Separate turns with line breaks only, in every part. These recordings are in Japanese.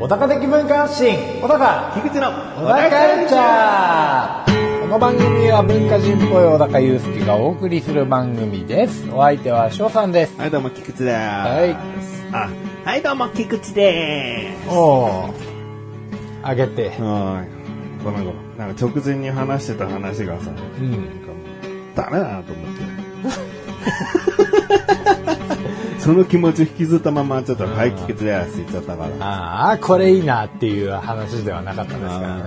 小高的文化発信小高
菊池の
小高カルチャーこの番組は文化人っぽい小高祐介がお送りする番組ですお相手は翔さんです
はい、どうも、菊池です。
はい
あ、はい、どうも、菊池で
おおあげて
す。はーい。ごめんごめん。なんか直前に話してた話がさ、なんかも
うん
うダメだなと思 って。その気持ちを引きずったまま、ちょっと、はい、菊池ですって言っちゃったから。
ああこれいいなっていう話ではなかったですからね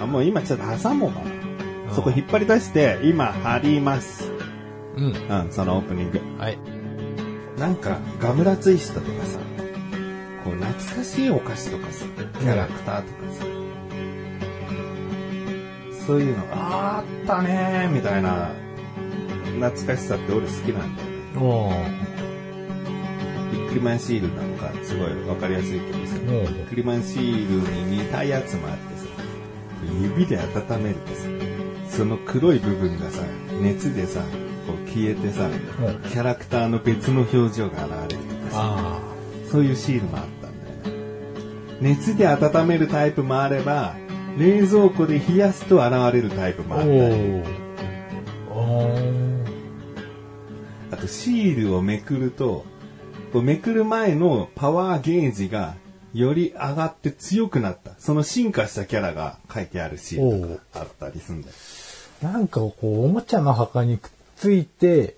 あーもう今ちょっと挟もうかな。そこ引っ張り出して、今、貼ります。
うん
うん、そのオープニング。
はい
なんか、ガムラツイストとかさ、こう、懐かしいお菓子とかさ、キャラクターとかさ、そういうの、あーあったねー、みたいな、懐かしさって俺好きなんだよね。
おお
ビックリマンシールなんか、すごいわかりやすいけどさ、
ん
ビックリマンシールに似たやつもあってさ、指で温めるとさ、その黒い部分がさ、熱でさ、こう消えてさ、
ん
キャラクターの別の表情が現れるとかさ、
あ
そういうシールもあったんだよね。熱で温めるタイプもあれば、冷蔵庫で冷やすと現れるタイプ
あ
もあ
お
ったり
おおー
あとシールをめくると、こうめくる前のパワーゲージがより上がって強くなった。その進化したキャラが書いてあるシールがあったりするんだよ。
なんかこう、おもちゃの墓にくっついて、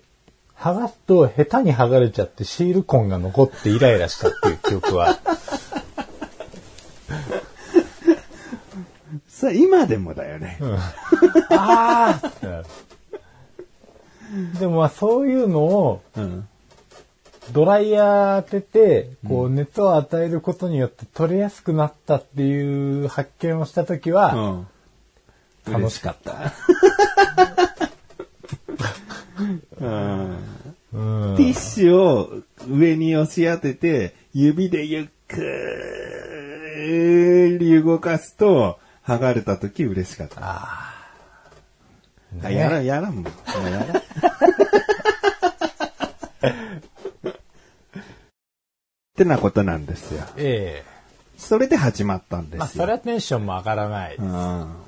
剥がすと下手に剥がれちゃってシール痕が残ってイライラしたっていう記憶は。
それ今でもだよね。
ああでもまあそういうのを
うん。
ドライヤー当てて、こう熱を与えることによって取れやすくなったっていう発見をしたとき
う
は、
ん。
楽しかった。
うん。
うん。
ティッシュを上に押し当てて、指でゆっくり動かすと、剥がれた時嬉しかった。ああ。やらん、やら んもん。もうやらん。ってなことなんですよ。
ええ
それで始まったんですよ。
まあそれはテンションも上がらない。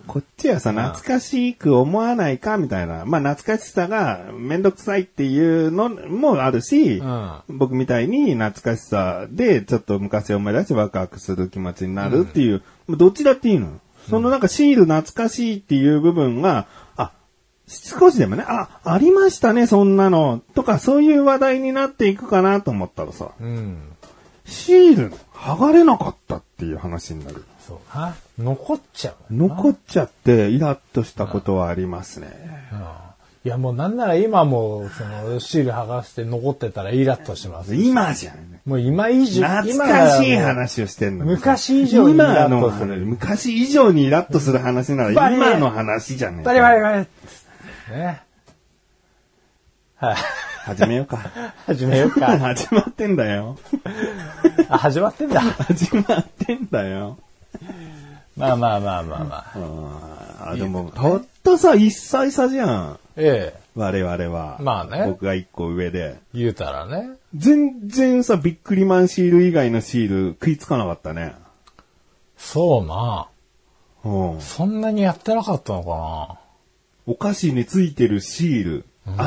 こっちはさ、懐かしく思わないかみたいな。まあ、懐かしさがめんどくさいっていうのもあるし、
うん
僕みたいに懐かしさでちょっと昔を思い出してワクワクする気持ちになるっていう、もうどっちだっていいの。そのなんかシール懐かしいっていう部分が、あ、少しでもね、あ、ありましたね、そんなの。とか、そういう話題になっていくかなと思ったらさ、
うん。
シール剥がれなかったっていう話になる。
そう。あ残っちゃう。
残っちゃってイラッとしたことはありますね。
いやもうなんなら今もそのシール剥がして残ってたらイラッとします。
今じゃん。
もう今以上、
懐
今
かしい話をしてんの。
昔以上にイラ
今
ッ
の
とする
話、昔以上にイラッとする話なら
バレ
今の話じゃねえか
バリバリバリっつってね。はい。
始めようか。
始めようか。
始まってんだよ。
あ、始まってんだ。
始まってんだよ。
まあまあまあまあまあ。
あーでも、たったさ、一歳差じゃん。
ええ、
我々は。
まあね
僕が一個上で。
言うたらね。
全然さ、ビックリマンシール以外のシール食いつかなかったね。
そうな。
うん。
そんなにやってなかったのか
お菓子についてるシール、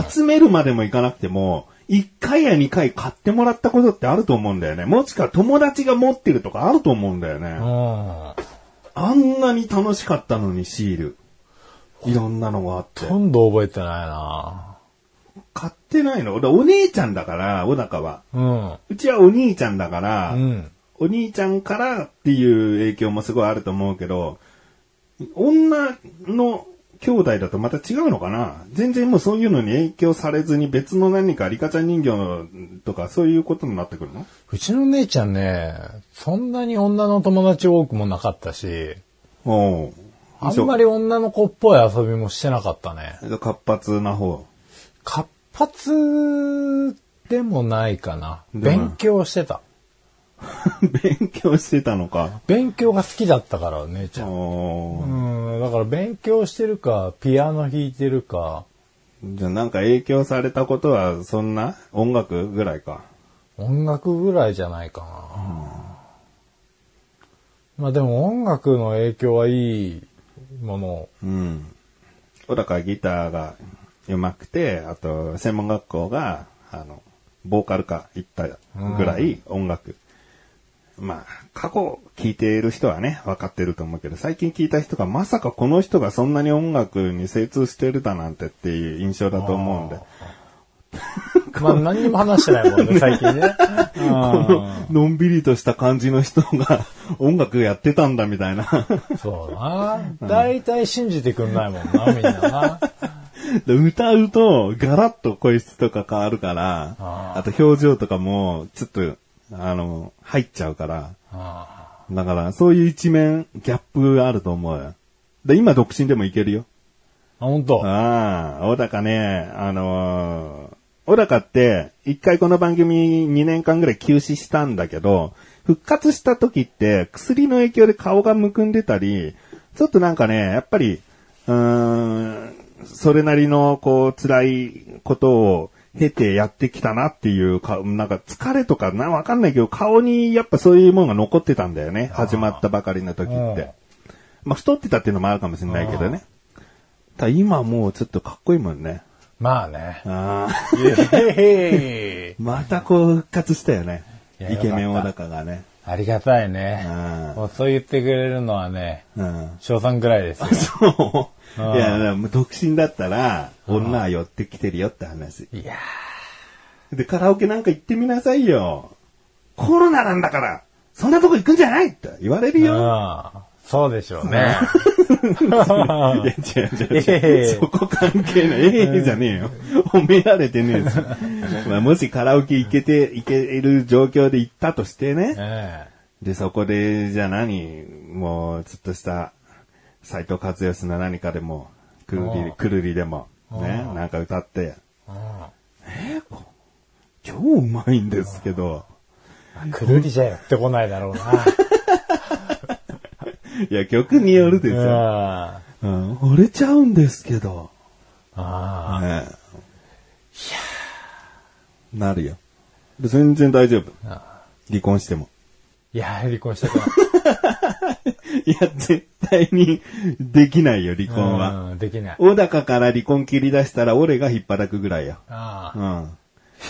集めるまでもいかなくても、1回や2回買ってもらったことってあると思うんだよね。もしくは友達が持ってるとかあると思うんだよね。
な。うん。
あんなに楽しかったのにシール。いろんなのがあって
ほ。とんど覚えてないな。
買ってないの俺お姉ちゃんだから、小高は。
うん。
うちはお兄ちゃんだから、
うん。
お兄ちゃんからっていう影響もすごいあると思うけど、女の兄弟だとまた違うのかな全然もうそういうのに影響されずに別の何かリカちゃん人形とかそういうことになってくるの
うちの姉ちゃんね、そんなに女の友達多くもなかったし、
おう
あんまり女の子っぽい遊びもしてなかったね。
そう活発な方。
活発でもないかな。
でも
勉強してた。
勉強してたのか。
勉強が好きだったから、姉ち
あ
ゃん。
ー
うん、だから勉強してるか、ピアノ弾いてるか、
じゃあなんか影響されたことは、そんな音楽ぐらいか。
音楽ぐらいじゃないかな。まあでも音楽の影響はいいもの。
うん。小高はギターが上手くて、あと、専門学校が、あの、ボーカル科行ったぐらい音楽。まあ、過去聴いている人はね、分かってると思うけど、最近聴いた人がまさかこの人がそんなに音楽に精通してるだなんてっていう印象だと思うんで、
まあ何にも話してないもん ね、最近ね。う
のんびりとした感じの人が 音楽やってたんだみたいな。
んそうだな。大体信じてくんないもんな、みんなな。
で歌うと、ガラッと声質とか変わるから、
あ
あと表情とかも、ちょっと、あの、入っちゃうから。
あ
だから、そういう一面、ギャップがあると思うよ。で、今、独身でもいけるよ。
あ、本当。
ああ、小高ね、あのー、小高って、一回この番組2年間ぐらい休止したんだけど、復活した時って、薬の影響で顔がむくんでたり、ちょっとなんかね、やっぱり、うーん、それなりの、こう、辛いことを経てやってきたなっていうか、なんか疲れとかな、わかんないけど、顔にやっぱそういうものが残ってたんだよね。始まったばかりの時って。まあ、太ってたっていうのもあるかもしれないけどね。ただ今もうちょっとかっこいいもんね。
まあ ね。
ああ。
イエーイ
またこう復活したよね。
いや
イケメン小高がね。
ありがたいうね。
ん。
もうそう言ってくれるのはね、
うん。
翔さんぐらいですよ。
そう。
あー
いや、だからもう独身だったら、女は寄ってきてるよって話。
いや
で、カラオケなんか行ってみなさいよ。コロナなんだから、そんなとこ行くんじゃないって言われる
ー、
よ。
うん。そうでしょうね。
いや、違う違う違う。
ええ
そこ関係ない。ええじゃねえよ。褒められてねえぞ。まあ、もしカラオケ行けて、行ける状況で行ったとしてね。
え
で、そこで、じゃあ何もう、ちょっとした、斎藤和義の何かでも、くる
う
り、
ん
くるりでも、ね、なんか歌って、
えうん
超うまいんですけど、
くるりじゃやってこないだろう
いや、曲によるですよ。
な。うん。
うん、惚れちゃうんですけど、
あ
ねいやなるよ。で全然大丈夫。
あ。
離婚しても。
いや、離婚したくない。
いや、絶対にできないよ、離婚は。
うん、できない。
小高から離婚切り出したら俺が引っ張らくぐらいよ。
あ
う
あ。
ん。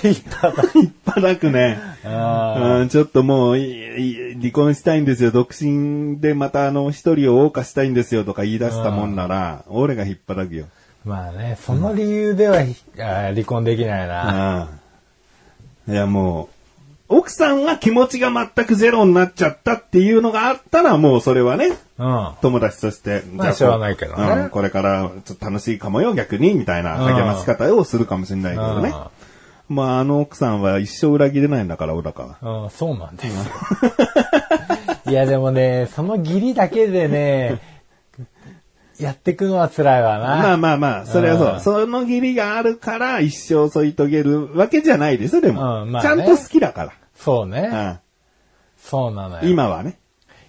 引っ張った。
引っ張らくね。
あ
うん、ちょっともういい離婚したいんですよ。独身でまたあの一人を謳歌したいんですよとか言い出したもんなら、俺が引っ張らくよ。
まあね、その理由ではひ、あー離婚できないな。
うん。いや、もう、奥さんが気持ちが全くゼロになっちゃったっていうのがあったら、もうそれはね、
うん。あ
友達として、
まあ
じゃ
しょうがないけどね
うんこれからちょっと楽しいかもよ、逆に、みたいな
うん
励ます方をするかもしれないけどね。まあ、あの奥さんは一生裏切れないんだから、小高は。
あ、そうなんですよ。いや、でもね、その義理だけでね、やってくのは辛いわな。
まあまあまあ、それ
う
は
ん
そう。その義理があるから、一生添い遂げるわけじゃないです、でも。
うんまあ
ち
ね
ゃんと好きだか
そうね。
ら。
そうなの
うん、
よ。
今はね。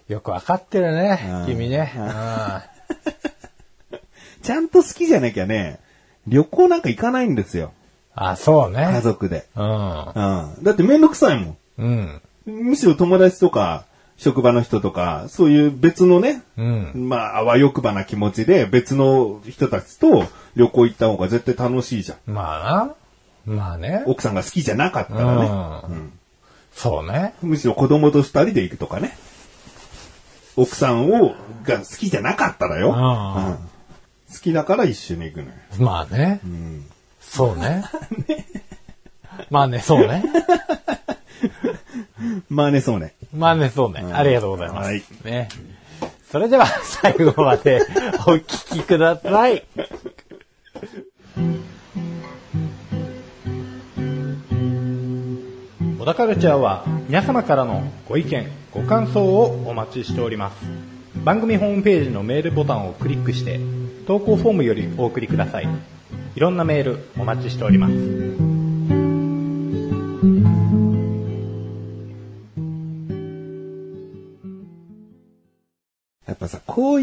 よくわかってるね
う、ん
君ね。
うん
う
ちゃんと好きじゃなきゃね、旅行なんか行かないんですよ。
ん。あ、そう
家
ね。
族で。
うん。
うん。だってめんどくさいもん。
うん。
むしろ友達とか、職場の人とか、そういう別のね、
うん
まあ、あわよくばな気持ちで別の人たちと旅行行った方が絶対楽しいじゃん。
まあな。まあね。
奥さんが好きじゃなかった
う
らね。
ん。そうね。
むしろ子供と二人で行くとかね。奥さんを、が好きじゃなかったらよ。
うん
うん好きだから一緒に行くのよ。
まあね。そう ね。まあね、そうね。
まあね、そうね。
まあね、そうね。ありがとうございます。
はい
ね。それでは、 最後までお聞きください。小田カルチャーは皆様からのご意見、ご感想をお待ちしております。番組ホームページのメールボタンをクリックして、投稿フォームよりお送りください。いろんなメールお待ちしております。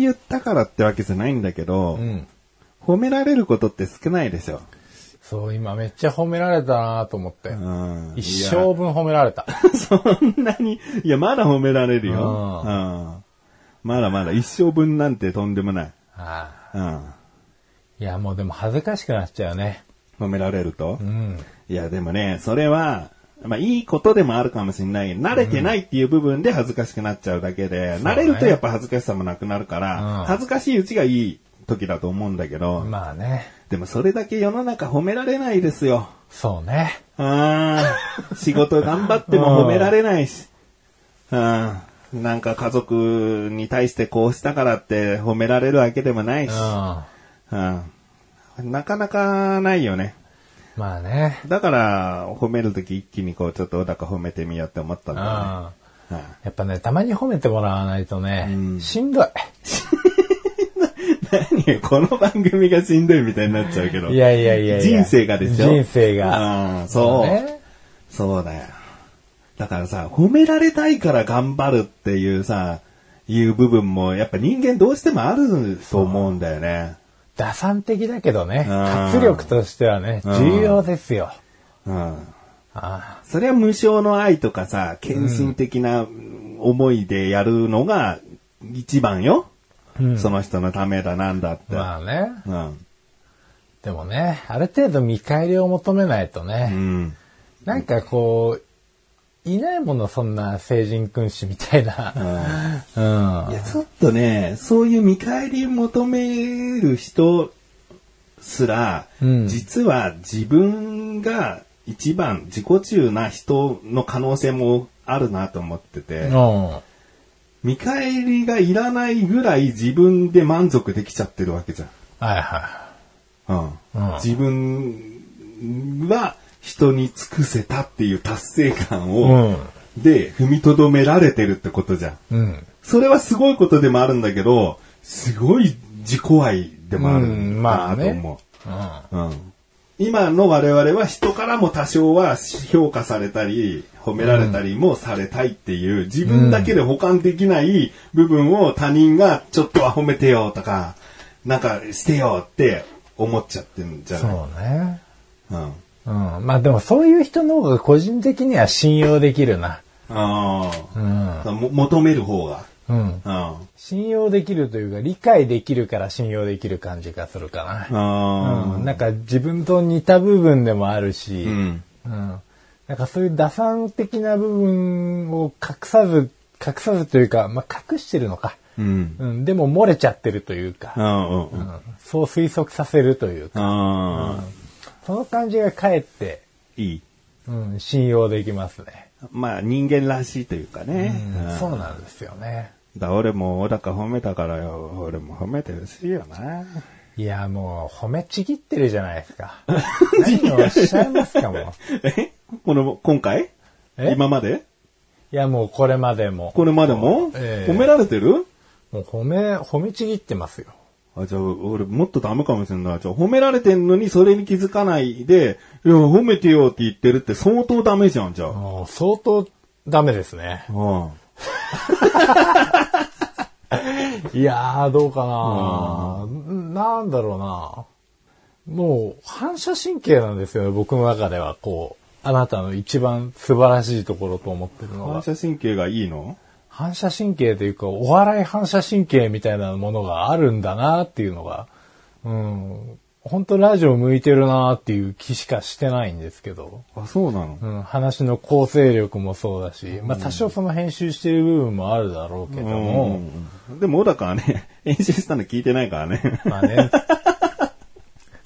言ったからってわけじゃないんだけど、
うん。
褒められることって少ないでしょ。
そう、今めっちゃ褒められたなと思って。
うん
一生分褒められた。
そんなに、いや、まだ褒められるよ。
あ
うんまだまだ一生分なんてとんでもない。
ああ
う
い
ん
や、もうでも恥ずかしくなっちゃうね。
褒められると、
うん。
いや、でもね、それは、まあ、いいことでもあるかもしれない。慣れてないっていう部分で恥ずかしくなっちゃうだけで、
そうね
慣れるとやっぱ恥ずかしさもなくなるから、
うん
恥ずかしいうちがいい時だと思うんだけど、
まあね。
でもそれだけ世の中褒められないですよ。
そうね。
ああ、仕事頑張っても褒められないし。ああ、なんか家族に対してこうしたからって褒められるわけでもな
う
い
ん。
し。あ
ま
あなかなかないよね。
あね。
だから、褒めるとき一気にこう、ちょっと小高褒めてみようって思った
うんん。
だよね。
や
あ
っぱね、たまに褒めてもらわないとね、
うん
しんどい。
あ 何この番組がしんどいみたいになっちゃうけど。
いやいやいやいや
人生がですよ。
人生が。
ああ、そう。
ね
そうだよ。だからさ、褒められたいから頑張るっていうさ、いう部分も、やっぱ人間どうしてもあると思うんだよね。
打算的だけどね、
うん
活力としてはね、
うん
重要ですよ。
うん。
あ
それは無償の愛とかさ、献身的な思いでやるのが一番よ。
あうん
その人のためだなんだって。
まあね。
うん。
でもね、ある程度見返りを求めないと
う
ね、
ん。
なんかこう、いないもの、そんな成人君子みたいな。うん。
いや、ちょっとね、そういう見返り求める人すら、
うん
実は自分が一番自己中な人の可能性もあるなと思ってて、
うん。
見返りがいらないぐらい自分で満足できちゃってるわけじゃん。
はいは
うん
うん
自分は人に尽くせたっていう達成感
い。
を、で踏みとどめられてるってことじゃん。
うん。
それはすごいことでもあるんだけど、すごい自己愛でもある
うんまあ
な
ね
と思
うん。
う。うん今の我々は人からも多少は評価されたり、褒められたりもされたいっていう、自分だけで保管できない部分を他人がちょっとは褒めてよとか、なんかしてよって思っちゃってるんじゃない
そうね。
うん。
うん。まあでもそういう人の方が個人的には信用できるな。
あ
うん。
あ、も求める方が。
うん。
うん。あ
信用できるというか、理解できるから信用できる感じがするかな。
あ
うん。なんか自分と似た部分でもあるし、
ー。うん。
うん。なんかそういう打算的な部分を隠さず、隠さずというか、まあ、隠してるのか。
うん。
うん。でも漏れちゃってるというか、
うんうんうん。
うんそう推測させるというか、
ああ、
その感じがかえって、
いい。
うん、信用できますね。
まあ人間らしいというかね。うん
そうなんですよね。
だ俺も小高褒めたからよ、俺も褒めてほしいよ な。
いや、もう、褒めちぎってるじゃないです か。何をおっしゃいますかもう。
えこの、今回
え
今まで
いや、もうこれまでも。
これまでも、
ええ
褒められてる
もう褒め、褒めちぎってますよ。
あ、じゃあ、俺もっとダメかもしれない。じゃあ褒められてんのにそれに気づかないで、いや、褒めてよって言ってるって相当ダメじゃん、じゃあ。
もう相当ダメですね。
うん。
いやー、どうかな、んなんだろうなもう、反射神経なんですよね、僕の中では。こう、あなたの一番素晴らしいところと思ってるの
反
が。
射神経がいいの
反射神経というか、お笑い反射神経みたいなものがあるんだなっていうのが、うん、本当ラジオ向いてるなっていう気しかしてないんですけど、
あ、そうなの
うん、話の構成力もそうだし、まあ多少その編集してる部分もあるだろうけども、
うん。でも小高はね、 演習したの聞いてないからね。
まあね。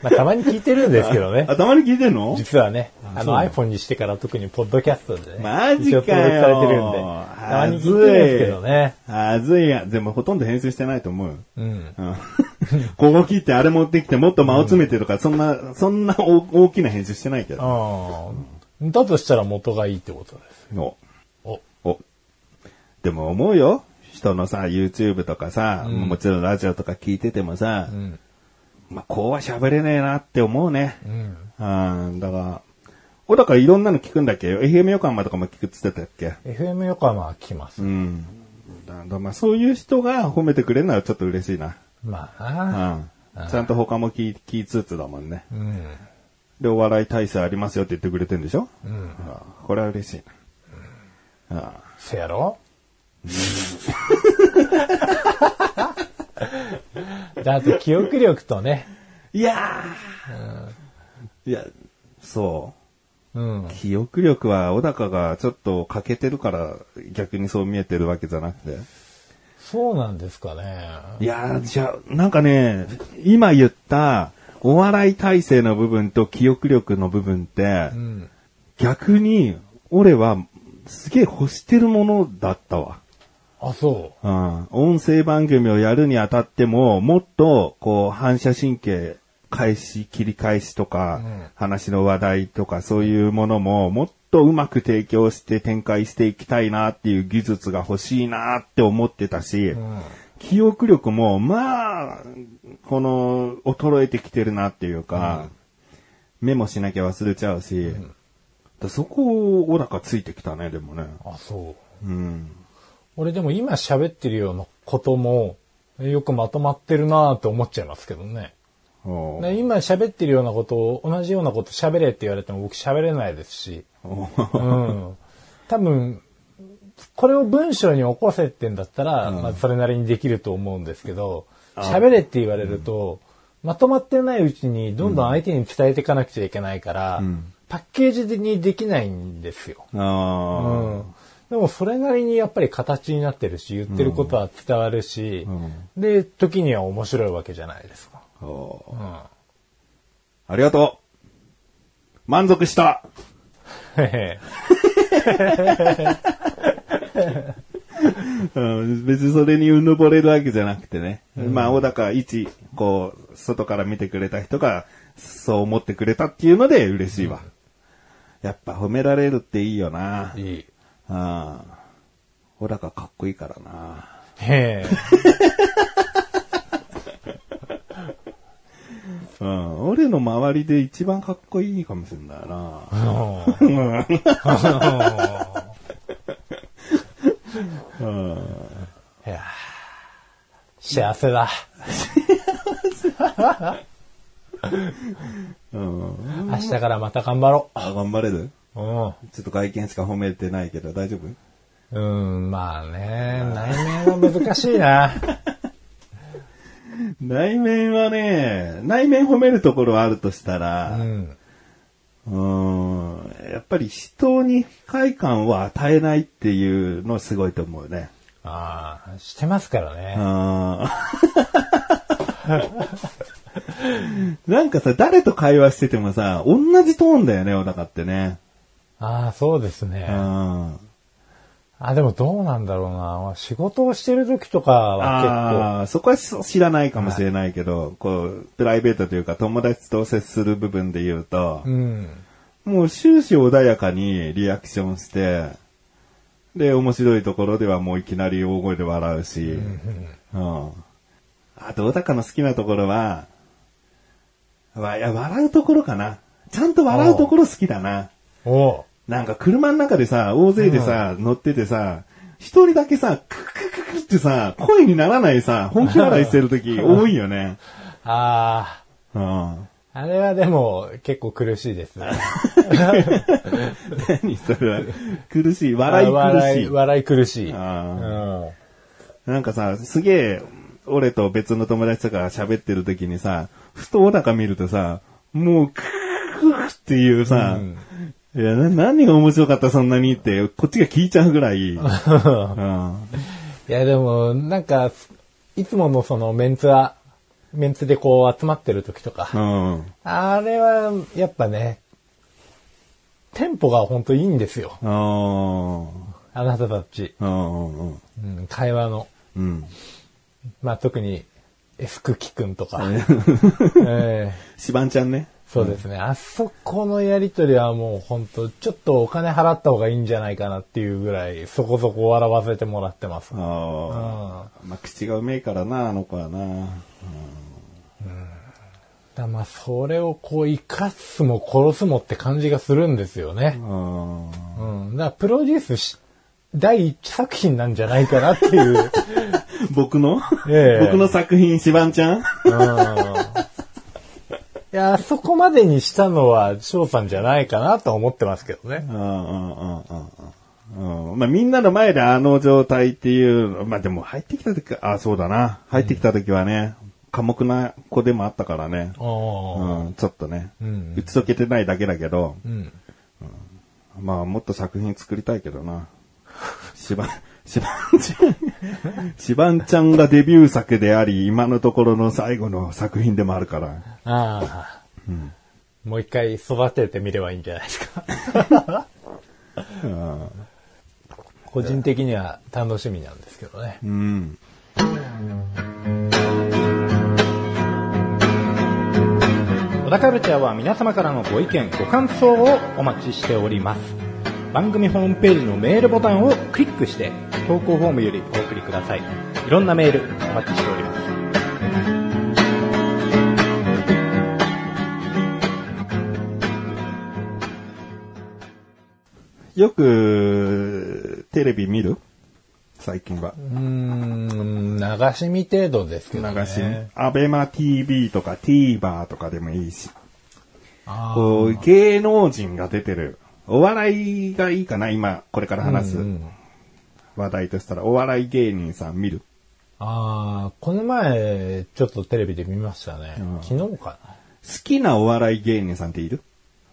まあたまに聞いてるんですけどね。
頭に聞いてんの
実はね、あ
そ
の
うなの
iPhone にしてから特にポッドキャストでね。
マジ
一
かよ
応登録されてるんで。たまに聞いてるんですけどね。
あずいや。でもほとんど編集してないと思うよ。
うん。
うん。ここ切ってあれ持ってきてもっと間を詰めてとか、そんな、そんな大大きな編集してないけど。
ああ。だとしたら元がいいってことです。
お、
お。
お。でも思うよ。人のさ、YouTube とかさ、
ん
もちろんラジオとか聞いててもさ、
うん。
まあ、こうは喋れねえなって思うね。
うん。
うん。だから、お、だからいろんなの聞くんだっけ ?FM 横浜とかも聞くっつってたっけ
FM 横浜は来ます。
うん。だなんだまあ、そういう人が褒めてくれるのはちょっと嬉しいな。
まあ
う
な。
ん。ちゃんと他も聞い聞いつつだもんね。
うん。
で、お笑い体制ありますよって言ってくれてるんでしょ
うん。
ああこれは嬉しいな。ああ
せやろ だって記憶力とね、
いやーいや、そ
うん
う。。記憶力は小高がちょっと欠けてるから逆にそう見えてるわけじゃなくて。
そうなんですかね。
いやー、じゃあ、なんかね、今言ったお笑い体制の部分と記憶力の部分って、
うん。
逆に俺はすげえ欲してるものだったわ。
あ、そ
うん音声番組をやるにあたっても、もっと、こう、反射神経、返し、切り返しとか、
うん
話の話題とか、そういうものも、もっとうまく提供して展開していきたいなっていう技術が欲しいなって思ってたし、
う。うん。
記憶力も、まあ、この、衰えてきてるなっていうか、メモしなきゃ忘れちゃうし、だそこを、小高ついてきたね、でもね。
あ、そう。
うん。
俺でも今喋ってるようなことも、よくまとまってるなぁと思っちゃいますけどね。
おう
ね今喋ってるようなことを、同じようなこと喋れって言われても僕喋れないですし。
おう
うん。多分、これを文章に起こせってんだったら、まあそれなりにできると思うんですけど、喋れって言われると、まとまってないうちにどんどん相手に伝えていかなくちゃいけないから、パッケージにできないんですよ。
あー
うんでもそれなりにやっぱり形になってるし、言ってることは伝わるし、で、時には面白いわけじゃないですか。
おーありがとう満足した
へへ
うん別にそれにうぬぼれるわけじゃなくてね。まあ、小高一、こう、外から見てくれた人が、そう思ってくれたっていうので嬉しいわ。やっぱ褒められるっていいよな。
いい。
ああ。小高かっこいいからな。
へえ。
うん。俺の周りで一番かっこいいかもしれないな。
うんいやー幸せだ。
うん。
明日からまた頑張ろ
あ、頑張れる
う。
ちょっと外見しか褒めてないけど大丈夫
うん。うん、まあね、内面は難しいな。
内面はね、内面褒めるところはあるとした
う
ら、
ん。
うーん、やっぱり人に不快感を与えないっていうのすごいと思うね。
ああ、してますから
う
ね。
ーん なんかさ、誰と会話しててもさ、同じトーンだよね、小高ってね。
ああ、そうですね。
うん
あ、でもどうなんだろうな。仕事をしてる時とかは
あーそこはし知らないかもしれないけど、こう、プライベートというか友達と接する部分で言うと、
結構。うん。
もう終始穏やかにリアクションして、で、面白いところではもういきなり大声で笑うし、うん。あと、小高の好きなところは、わいや、笑うところかな。ちゃんと笑うところ好きだな。
おう
なんか車の中でさ、大勢でさ、乗っててさ、一人だけさ、クククククってさ、声にならないさ、本気笑いしてる時多いよね。
ああ、
うん。
あれはでも結構苦しいですね。
何それは。苦しい。笑い苦し
笑
い
い、。笑い苦しい。
あ
うん
なんかさ、すげえ、俺と別の友達とか喋ってる時にさ、ふと小高見るとさ、もう、クークーっていうさ、いやな、何が面白かったそんなにって、こっちが聞いちゃうぐら い。うん、
いやでも、なんか、いつものそのメンツは、メンツでこう集まってる時と
う
か、
ん、
あれはやっぱね、テンポがほんといいんですよ。
うん、
あなたたち、
うん、
うん、会話の。
うん。
まあ特に、エスクキ君とか。 ええ
シバンちゃんね。
そうですね。あそこのやりとりはもう本当ちょっとお金払った方がいいんじゃないかなっていうぐらい、そこそこ笑わせてもらってます。
ああ、まあ、口がうめえからな、あの子はな。
だまあ、それをこう、生かすも殺すもって感じがするんですよね。
うん、
うん。だから、プロデュースし第一作品なんじゃないかなっていう。
僕の、
ええ
僕の作品、シバンちゃん
いや、そこまでにしたのは翔さんじゃないかなと思ってますけどね。
うんうんうんうんうんうんまあみんなの前であの状態っていう、まあでも入ってきた時、あそうだな。入ってきた時はね、寡黙な子でもあったからね。
ああ。
うん、ちょっとね、
うん
打ち解けてないだけだけど、
うん。
まあもっと作品作りたいけどな。しば、しばん ちゃん、しばんちゃんがデビュー作であり、今のところの最後の作品でもあるから。
ああ。もう一回育ててみればいいんじゃないですか。 個人的には楽しみなんですけどね。
うん。
小田カルチャーは皆様からのご意見、ご感想をお待ちしております。番組ホームページのメールボタンをクリックして、投稿フォームよりお送りください。いろんなメールお待ちしております。
よく、テレビ見る最近は。
うーん、流し見程度ですけどね。
流し、アベマ TV とか TVer とかでもいいし、
ああ。
こう芸能人が出てる、お笑いがいいかな今、これから話す
うん
話題としたら、お笑い芸人さん見る。
ああ、この前、ちょっとテレビで見ましたね。
うん
昨日かな。
好きなお笑い芸人さんっている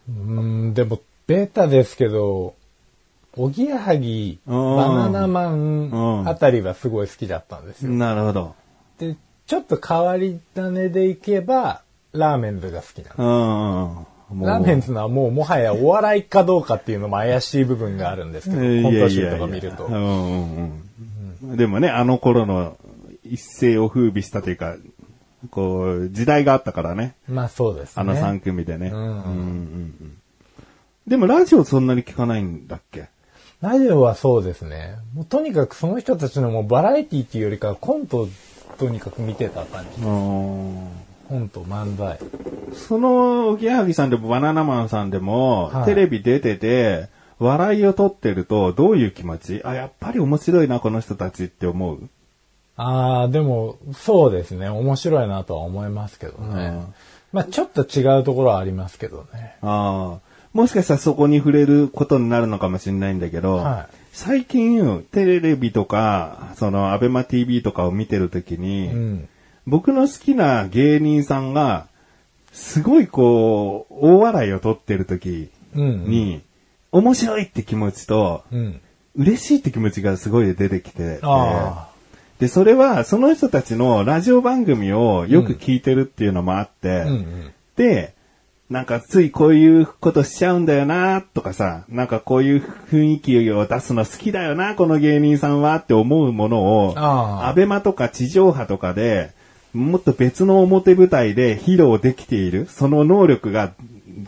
うーん、でも、ベータですけど、おぎやはぎ、
う
バ
ん
ナナマ
うん
ンあたりはすごい好きだったんですよ。
なるほど。
で、ちょっと変わり種でいけば、ラーメンズが好きな
うんうんうん。
の。ラーメン
ズ
ズのはもうもはやお笑いかどうかっていうのも怪しい部分があるんですけど、コント集とか見る
うん
と。
うんうん。でもね、あの頃の一世を風靡したというか、こう、時代があったからね。
まあそうですね。
あの3組でね。
んうん
うんうんでもラジオそんなに聞かないんだっけ
ラジオはそうですね。もうとにかくその人たちのもうバラエティっていうよりかはコントをとにかく見てた感じ。コント、漫才。
その、おぎやはぎさんでもバナナマンさんでも、
はい
テレビ出てて、笑いを取ってると、どういう気持ちあ、やっぱり面白いな、この人たちって思う
ああ、でも、そうですね。面白いなとは思いますけどね。
うん
まあちょっと違うところはありますけどね。
ああ。もしかしたらそこに触れることになるのかもしれないんだけど、
は
最近、テレビとか、その、アベマ TV とかを見てるときに、
うん。
僕の好きな芸人さんが、すごいこう、大笑いを取ってる時
うん。
に、面白いって気持ちと、
うん。
嬉しいって気持ちがすごい出てきて、
あ
で、それはその人たちのラジオ番組をよく聞いてるっていうのもあって、
あ。うんうん。
で、なんかついこういうことしちゃうんだよなとかさ、なんかこういう雰囲気を出すの好きだよな、この芸人さんはって思うものを、
あー
アベマとか地上波とかで、もっと別の表舞台で披露できている、その能力が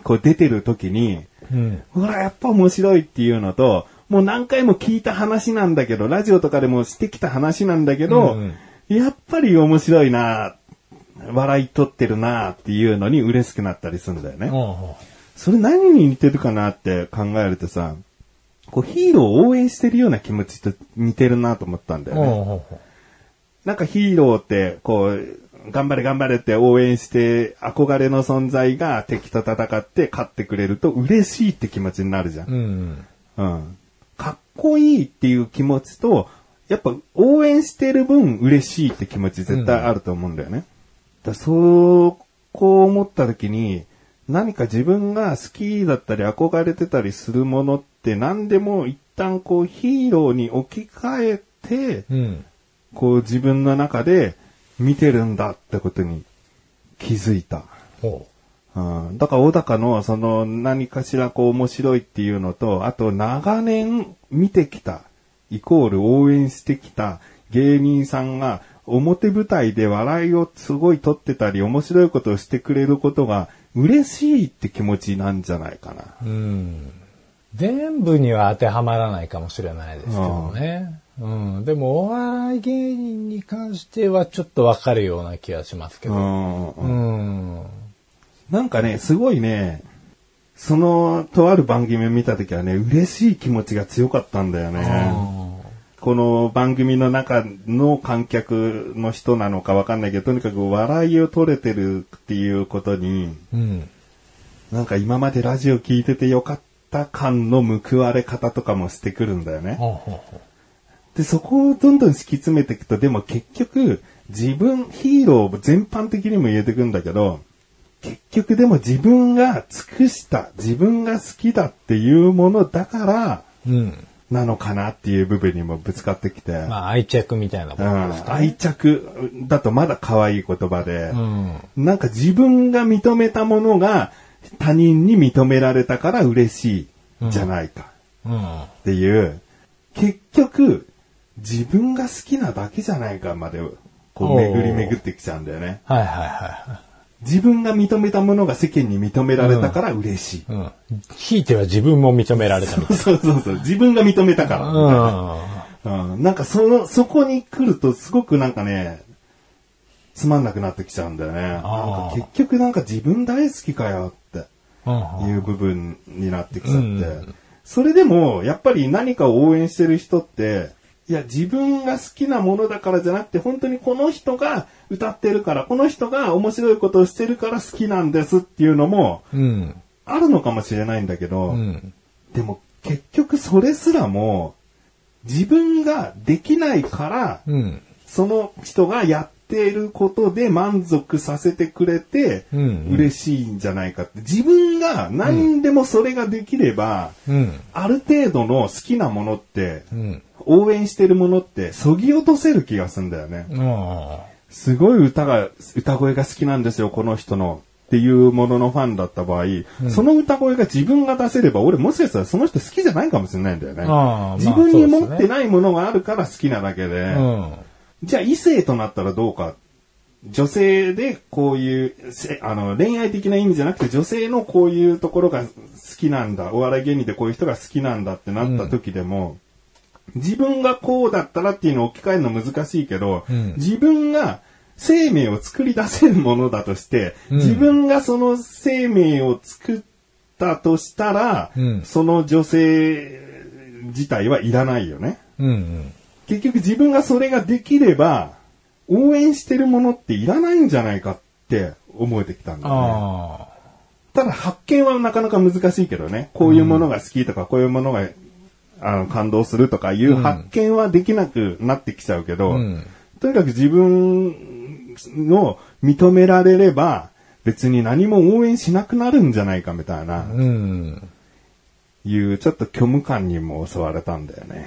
こう出てる時に、
うん。
ほら、やっぱ面白いっていうのと、もう何回も聞いた話なんだけど、ラジオとかでもしてきた話なんだけど、
うん
やっぱり面白いな、笑い取ってるなっていうのに嬉しくなったりするんだよね。
うん
それ何に似てるかなって考えるとさ、こうヒーローを応援してるような気持ちと似てるなと思ったんだよ
う
ね。
ん。うん。
なんかヒーローって、こう、頑張れ頑張れって応援して、憧れの存在が敵と戦って勝ってくれると嬉しいって気持ちになるじゃん
うん。うん。
うんかっこいいっていう気持ちと、やっぱ応援してる分嬉しいって気持ち絶対あると思うんだよね。だそう、こう思った時に、何か自分が好きだったり憧れてたりするものって何でも一旦こうヒーローに置き換えて、
うん。
こう自分の中で見てるんだってことに気づいた。
ほ
うんだから、小高の、その、何かしら、こう、面白いっていうのと、あと、長年見てきた、イコール応援してきた芸人さんが、表舞台で笑いをすごい取ってたり、面白いことをしてくれることが、嬉しいって気持ちなんじゃないかな。
う。うん。全部には当てはまらないかもしれないですけどね。うん。でも、お笑い芸人に関してはちょっとわかるような気がしますけ
う
ど。
ん
うん。
なんかね、すごいね、その、とある番組を見たときはね、嬉しい気持ちが強かったんだよね。
うん
この番組の中の観客の人なのかわかんないけど、とにかく笑いを取れてるっていうことに、
うん。
なんか今までラジオ聞いててよかった感の報われ方とかもしてくるんだよね。
ほうほうほう
で、そこをどんどん敷き詰めていくと、でも結局、自分、ヒーローを全般的にも言えてくんだけど、結局でも自分が尽くした、自分が好きだっていうものだから、
うん。
なのかなっていう部分にもぶつかってきて、
まあ、愛着みたいなものです
うん、
か
愛
ね。
着だとまだ可愛い言葉で
う、ん。
なんか自分が認めたものが他人に認められたから嬉しいじゃないか。
うん。
っていう、結局、自分が好きなだけじゃないかまで、こう
おー
巡り巡ってきちゃうんだよね。
はいはいは
自分が認めたものが世間に認められたから嬉しい。
いはい。うん。ひいては自分も認められたみたい
そうそうそう。自分が認めたから。
な。うん。
うん、なんかその、そこに来るとすごくなんかね、つまんなくなってきちゃうんだよね。なん
あ
か
ー
結局なんか自分大好きかよって
うん
いう部分になってきちゃ
う
って。
ん
それでも、やっぱり何かを応援してる人って、いや、自分が好きなものだからじゃなくて、本当にこの人が歌ってるから、この人が面白いことをしてるから好きなんですっていうのも
うん。
あるのかもしれないんだけど、
うん。
でも結局それすらも自分ができないから
うん。
その人がやっていることで満足させてくれて
うんうん
嬉しいんじゃないかって自分が何でもそれができれば
うん。
ある程度の好きなものって
うん。
応援してるものってそぎ落とせる気がするんだよね。
うん。
すごい歌が、歌声が好きなんですよ、この人の。っていうもののファンだった場合、その歌声が自分が出せれば、俺もしかしたらその人好きじゃないかもしれないんだよね。
ああ
自分
ま
に
あそうで
持
すね
ってないものがあるから好きなだけで、
うん。
じゃあ異性となったらどうか。女性でこういう、せあの、恋愛的な意味じゃなくて女性のこういうところが好きなんだ。お笑い芸人でこういう人が好きなんだってなった時でも、自分がこうだったらっていうのを置き換えるの難しいけど、
うん
自分が生命を作り出せるものだとして、
うん
自分がその生命を作ったとしたら、
うん
その女性自体はいらないよね。
うん。
結局自分がそれができれば、応援してるものっていらないんじゃないかって思えてきたんだよね。
ああ。
ただ発見はなかなか難しいけどね。こういうものが好きとか、こういうものがあの感動するとかいう発見はできなくなってきちゃうけど、
うん。
とにかく自分を認められれば、別に何も応援しなくなるんじゃないかみたいな、
うん。
いうちょっと虚無感にも襲われたんだよね。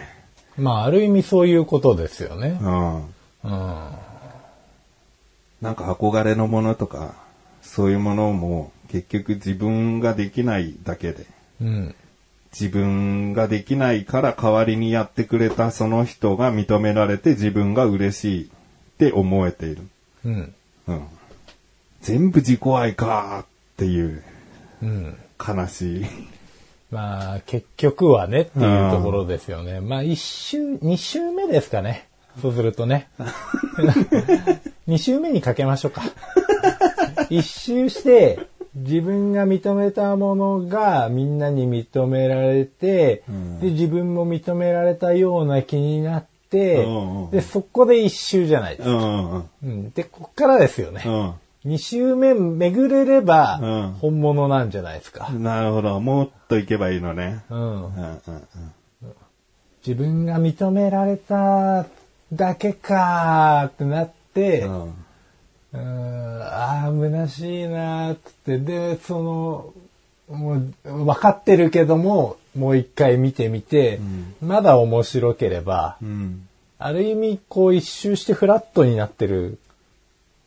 まあ、ある意味そういうことですよね。
うん。
うん。
なんか憧れのものとか、そういうものも結局自分ができないだけで、
うん。
自分ができないから代わりにやってくれたその人が認められて自分が嬉しいって思えている。
うん。
うん。全部自己愛かーっていう
うん。
悲しい。
まあ、結局はねっていうところですよね。まあ、一週、二週目ですかね。そうすると ね。二週目にかけましょうか。一周して、自分が認めたものがみんなに認められて、
ん
で、自分も認められたような気になって、
うんうん
で、そこで一周じゃないです
う
か。
んうん
うん、で、こっからですよね。
うん。
二周目巡れれ
うん
ば、本物なんじゃないですか
う。ん。なるほど。もっといけばいいのね。
うん
うん。うんうん。
自分が認められただけかーってなって、う
うん
ーん、ああ、虚しいなーって、で、その、もう、分かってるけども、もう一回見てみて、まだ面白ければ、
うん。
ある意味、こう一周してフラットになってる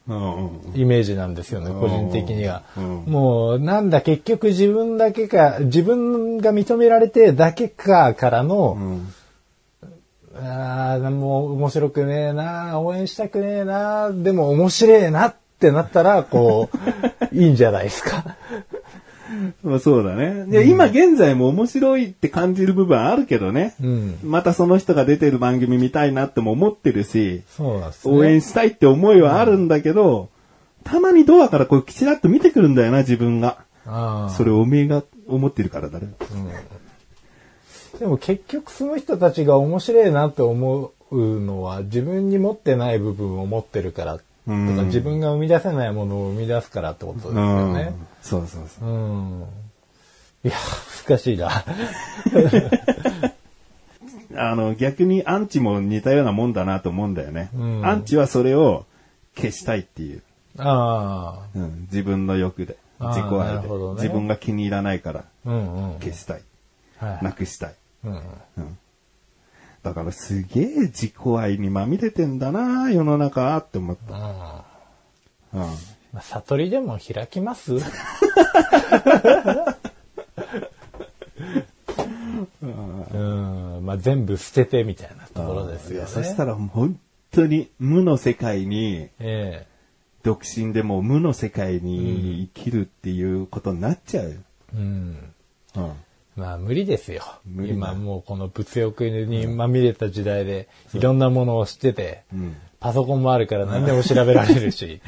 うんうんうん。
イメージなんですよね、個人的には。
うん
もう、なんだ、結局自分だけか、自分が認められてだけかから
う
の、
ん。
ああ、なんも面白くねえな、応援したくねえな、でも面白えなってなったら、こ う、いいんじゃないですか。
まあそうだね。で、今現在も面白いって感じる部分あるけどね。
うん。
またその人が出てる番組見たいなっても思ってるし、
そうなんですね。
応援したいって思いはあるんだけど、たまにドアからこうキチラッと見てくるんだよな、自分が。
ああ。
それおめえが思ってるからだね。
でも結局その人たちが面白いなって思うのは自分に持ってない部分を持ってるからとか
うん
自分が生み出せないものを生み出すからってことですよね。
そうそうそう。
うん。いや、難しいな。
あの、逆にアンチも似たようなもんだなと思うんだよね。
うん
アンチはそれを消したいっていう。
あ
うん自分の欲で。
あー
自己
な
愛
る
で、
ほどね
自分が気に入らないから
あ。うんうん。
消したい。
は
なくしたい。
い。うん。
うんだからすげえ自己愛にまみれてんだな世の中はって思った。
あ
うん
ー悟りでも開きますうん。まあ全部捨ててみたいなところですよ
い
ね。
やそしたら本当に無の世界に、
え
独身でも無の世界に生きるっていうことになっちゃうよ。
えうん。
うん
まあ無理ですよ。
無理だ
今もうこの物欲にまみれた時代で、いろんなものを知ってて、
ん
パソコンもあるから何でも調べられる し。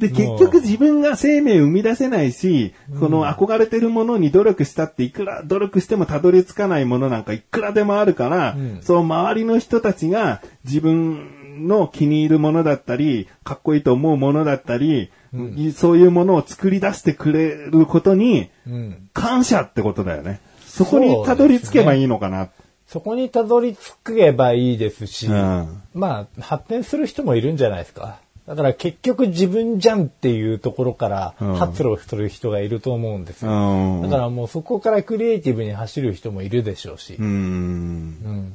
で、結
もう
局自分が生命を生み出せないし、この憧れてるものに努力したっていくら努力してもたどり着かないものなんかいくらでもあるから、
ん
その周りの人たちが自分の気に入るものだったり、かっこいいと思うものだったり、いそういうものを作り出してくれることに
うん。
感謝ってことだよね。そこ
そうです
に
ね
たどり着けばいいのかな。
そこにたどり着けばいいですし、
うん
まあ発展する人もいるんじゃないですか。だから結局自分じゃんっていうところから
うん
発露する人がいると思うんですよ。
うん
だからもうそこからクリエイティブに走る人もいるでしょうし。
うん。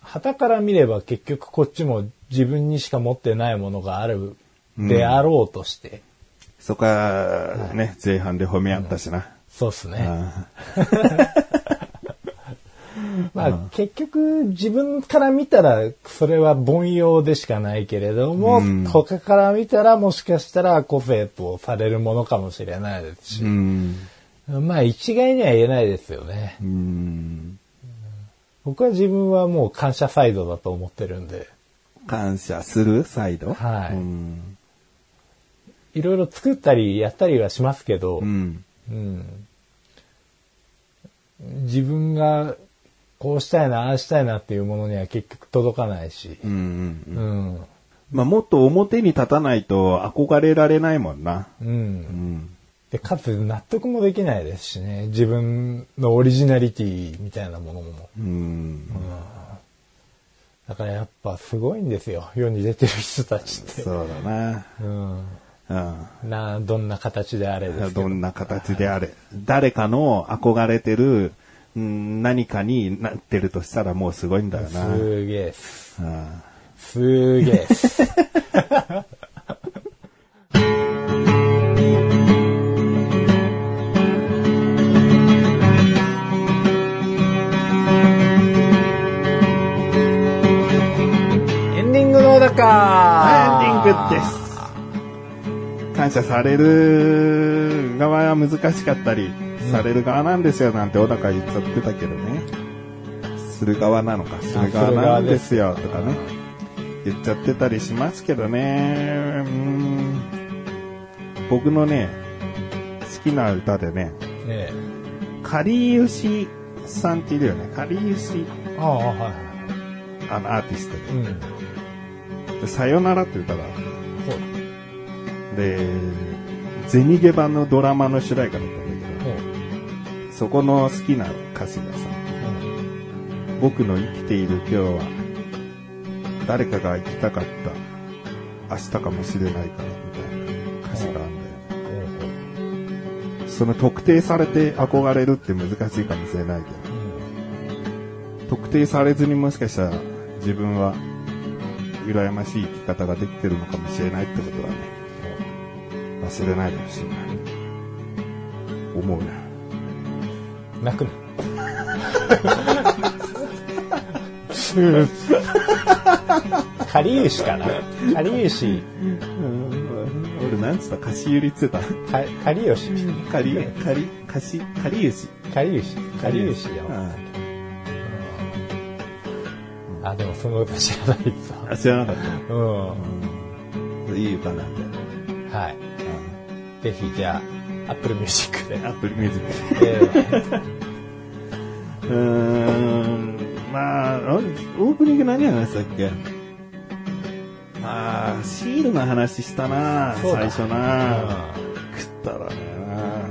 旗から見れば結局こっちも自分にしか持ってないものがあるであろうとして、
そこは、ね、前半で褒め合ったしな。
そうです
う
ね。
ん
まあ結局自分から見たらそれは凡庸でしかないけれども、他から見たらもしかしたら個性とされるものかもしれないですし、
うん。
まあ一概には言えないですよね。
うん
僕は自分はもう感謝サイドだと思ってるんで、
感謝するサイド
はい
うん。
いろいろ作ったりやったりはしますけど、
うん。
うん自分がこうしたいな、ああしたいなっていうものには結局届かないし
う、ん。
うん、
まあ、もっと表に立たないと憧れられないもんな。
う。
うんん。
で、かつ納得もできないですしね、自分のオリジナリティみたいなものも。
うん。
だからやっぱすごいんですよ、世に出てる人たちって。
そうだな。
うん。
うん。
な、どんな形であれですけ
ど
ど。
んな形であれ。誰かの憧れてる、うん何かになってるとしたらもうすごいんだよ
す
な。
ーげえっす。
うん
すーげえっす。エンディングのだか
エンディングです。感謝される側は難しかったり、される側なんですよなんて小高言っちゃってたけどね。する側なのか、する側なんですよとかね。言っちゃってたりしますけどね。うん僕のね、好きな歌でね、
ね
かりゆしさんっているよね。かりゆし、
えああ、は
あのアーティス
い。うん。
トで。でさよならって歌がある
ほう
で、ゼニゲバのドラマの主題歌だったんだ
ほ
け
う
ど、そこの好きな歌詞がさ、僕の生きている今日は、誰かが生きたかった、明日かもしれないから、みたいな歌詞があるんだよね。
ほうほう
その特定されて憧れるって難しいかもしれないけ
う
ど、
ん
特定されずにもしかしたら自分は羨ましい生き方ができてるのかもしれないってことはね、忘れないでほしいな。思うな。
泣くな。 かりゆしかな。かりゆし、
うん俺なんつったかしゆりっつってた。
か、かりよし。
かり、かり、かし、かりゆし。
かりゆし。かりゆし
う
や。
ん
あ、でもその歌知らないさ。
あ、知らなかっ
うん。
た。いい歌なんだよ。
はい。ぜひ、じゃあ、Apple Music で。
アップルミュージッ
えー
うーん、まあ、あオープニング何話したっけああ、シールの話したな、
そう
最
だ
初な。食ったらね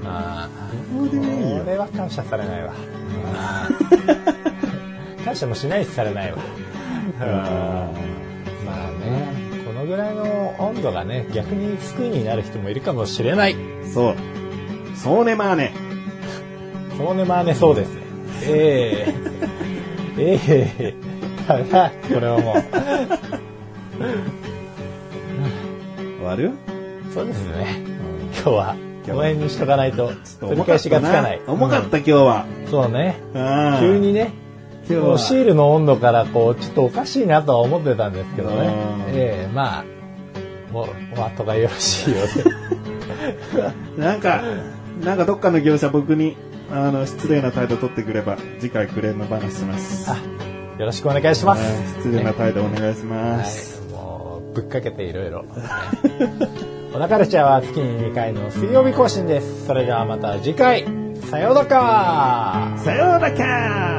な。
ああ
どうでもいい
こ
よ。
れは感謝されない わ。感謝もしないしされないわ。まあね、このぐらいの温度がね、逆に救いになる人もいるかもしれない。
そう。そうね、まあね。
そうね、まあね、そうですね。ええええただ、これはもう、
終わる
そうですね。今日は、この辺にしとかないと、取り返しがつかない。
重か
う
っ
ん
た今日は。
そうね。
うん
急にね、
今日
も
は
うシールの温度からこう、ちょっとおかしいなとは思ってたんですけどね
うん。
ええまあ、もう、お後がよろしいよ うで。
なんか、なんかどっかの業者僕に、あの、失礼な態度取ってくれば、次回クレーム話します。
あよろしくお願いします。
はい失礼な態度お願いします。
はい、もうぶっかけていろいろ。 おなかルチャーは月に2回の水曜日更新です。それではまた次回、さようなら
さようなら